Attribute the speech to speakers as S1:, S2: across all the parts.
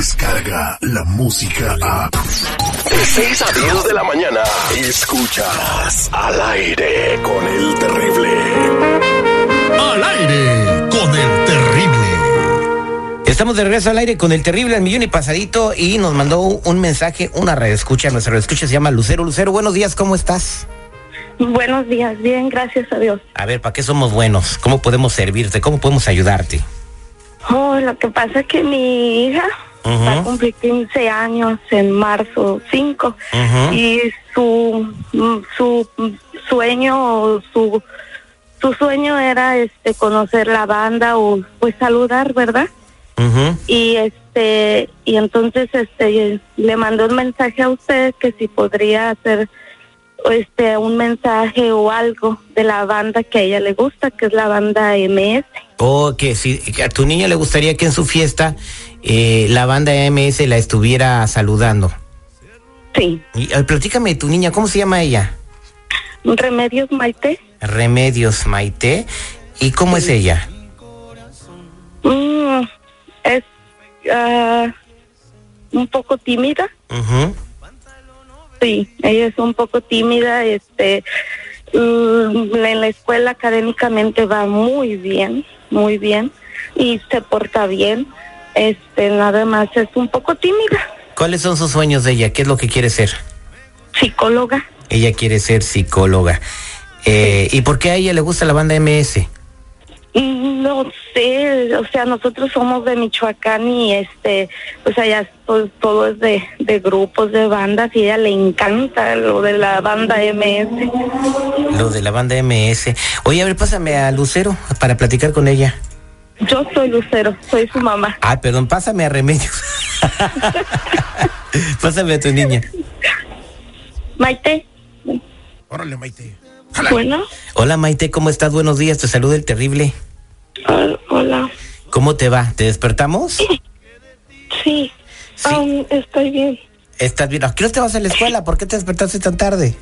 S1: Escucha la música a.
S2: De 6 a 10 de la mañana. Escuchas al aire con el terrible.
S1: Al aire con el terrible.
S3: Estamos de regreso al aire con el terrible al millón y pasadito y nos mandó un mensaje, una redescucha, nuestra redescucha se llama Lucero. Lucero, buenos días, ¿cómo estás?
S4: Buenos días, bien, gracias a Dios.
S3: A ver, ¿para qué somos buenos? ¿Cómo podemos servirte? ¿Cómo podemos ayudarte?
S4: Oh, lo que pasa es que mi hija
S3: Ujú.
S4: va a cumplir 15 años en marzo 5
S3: Ujú.
S4: y su mm, su sueño su su sueño era este conocer la banda o pues saludar, ¿verdad?
S3: Ujú.
S4: Y este y entonces este le mandó un mensaje a usted que si podría hacer este un mensaje o algo de la banda que a ella le gusta, que es la banda MS.
S3: O Oh, que si que a tu niña le gustaría que en su fiesta eh, la banda MS la estuviera saludando.
S4: Sí.
S3: Y, a ver, platícame de tu niña, ¿cómo se llama ella?
S4: Remedios Maite.
S3: Remedios Maite. ¿Y cómo es ella?
S4: Mm, es ah, un poco tímida.
S3: Ujú.
S4: Sí, ella es un poco tímida. Este, mm, en la escuela académicamente va muy bien, muy bien y se porta bien. Este, nada más es un poco tímida.
S3: ¿Cuáles son sus sueños de ella? ¿Qué es lo que quiere ser?
S4: Psicóloga.
S3: Ella quiere ser psicóloga. Eh, ¿Y por qué a ella le gusta la banda MS?
S4: Mm, No sé, o sea, nosotros somos de Michoacán y este, pues allá to- todo es de, de grupos, de bandas y a ella le encanta lo de la banda MS.
S3: Lo de la banda MS. Oye, a ver, pásame a Lucero para platicar con ella.
S4: Yo soy Lucero, soy su mamá.
S3: Ah, perdón, pásame a Remedios. pásame a tu niña.
S4: Maite,
S1: Órale, Maite.
S4: bueno,
S3: Hola Maite, ¿cómo estás? Buenos días, te saluda el terrible.
S4: ah, hola,
S3: ¿Cómo te va? ¿Te despertamos?
S4: sí,
S3: Sí.
S4: um, estoy bien.
S3: ¿Estás bien? ¿A qué hora te vas a la escuela? ¿Por qué te despertaste tan tarde?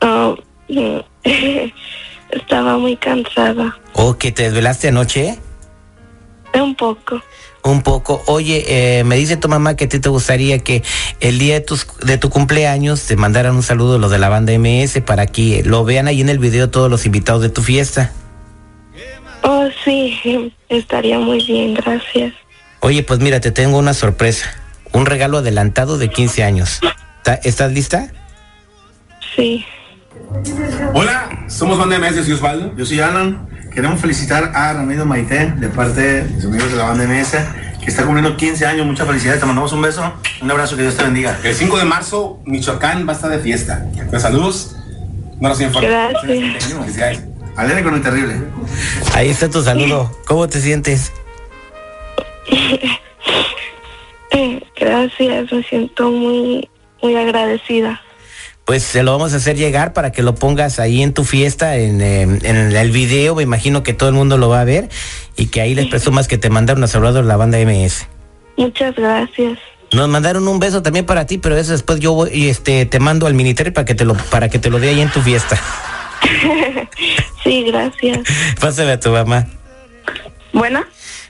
S4: Ah, mm, estaba muy cansada,
S3: ¿O que te desvelaste anoche?
S4: un poco.
S3: Un poco. Oye, eh, me dice tu mamá que a ti te gustaría que el día de, tus, de tu cumpleaños te mandaran un saludo los de la banda MS para que lo vean ahí en el video todos los invitados de tu fiesta.
S4: Oh, sí, estaría muy bien, gracias.
S3: Oye, pues mira, te tengo una sorpresa. Un regalo adelantado de 15 años. ¿Ta- ¿Estás lista?
S4: Sí,
S5: Hola, somos Banda MS, yo soy Osvaldo.
S6: Yo soy Alan. Queremos felicitar a Ramiro Maite de parte de sus amigos de la banda MS, que está cumpliendo 15 años. Muchas felicidades. Te mandamos un beso. Un abrazo. Que Dios te bendiga.
S5: El 5 de marzo, Michoacán va a estar de fiesta. Pues saludos. No nos
S4: gracias.
S5: Felicidades.
S6: Alegre con el terrible.
S3: Ahí está tu saludo. ¿Cómo te sientes?
S4: Eh, Gracias, me siento muy, muy agradecida.
S3: Pues se lo vamos a hacer llegar para que lo pongas ahí en tu fiesta, en, eh, en el video. Me imagino que todo el mundo lo va a ver y que ahí les presumas que te mandaron a saludar la banda MS.
S4: Muchas gracias.
S3: Nos mandaron un beso también para ti, pero eso después yo voy y este te mando al ministerio para que te lo para que te lo dé ahí en tu fiesta.
S4: Sí, gracias.
S3: Pásame a tu mamá.
S4: Bueno,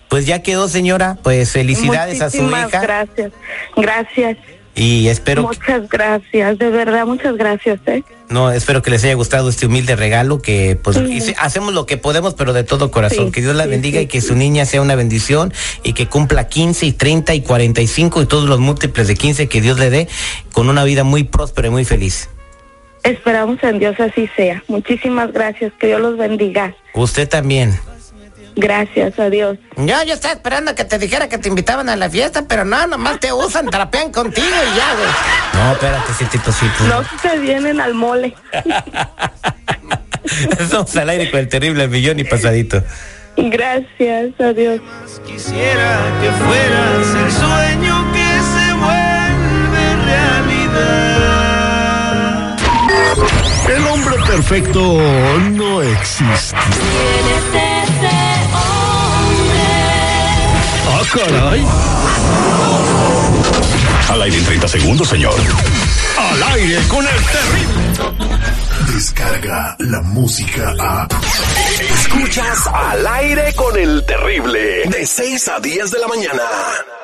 S3: Pues ya quedó, señora. Pues felicidades a
S4: muchísimas
S3: su hija
S4: gracias. Gracias.
S3: y espero que-
S4: Muchas gracias, de verdad, muchas gracias. ¿eh?
S3: No, espero que les haya gustado este humilde regalo que pues
S4: Ujú.
S3: hice- hacemos lo que podemos, pero de todo corazón.
S4: Sí,
S3: que Dios la
S4: sí,
S3: bendiga
S4: sí,
S3: y que su niña sea una bendición y que cumpla 15 y 30 y 45 y todos los múltiples de 15 que Dios le dé con una vida muy próspera y muy feliz.
S4: Esperamos en Dios así sea. Muchísimas gracias, que Dios los bendiga.
S3: Usted también.
S4: Gracias, adiós.
S3: Yo, yo estaba esperando que te dijera que te invitaban a la fiesta, pero no, nomás te usan, trapean contigo y ya, güey. No, espérate, sí, tipo, sí, pues.
S4: No se vienen al mole.
S3: Estamos al aire con el terrible millón y pasadito.
S4: Gracias, adiós.
S7: Quisiera que fueras el sueño que se vuelve realidad.
S1: El hombre perfecto no existe. Ah, caray.
S2: Al aire en 30 segundos, señor.
S1: Al aire con el terrible. Descarga la música a.
S2: Escuchas al aire con el terrible. De 6 a 10 de la mañana.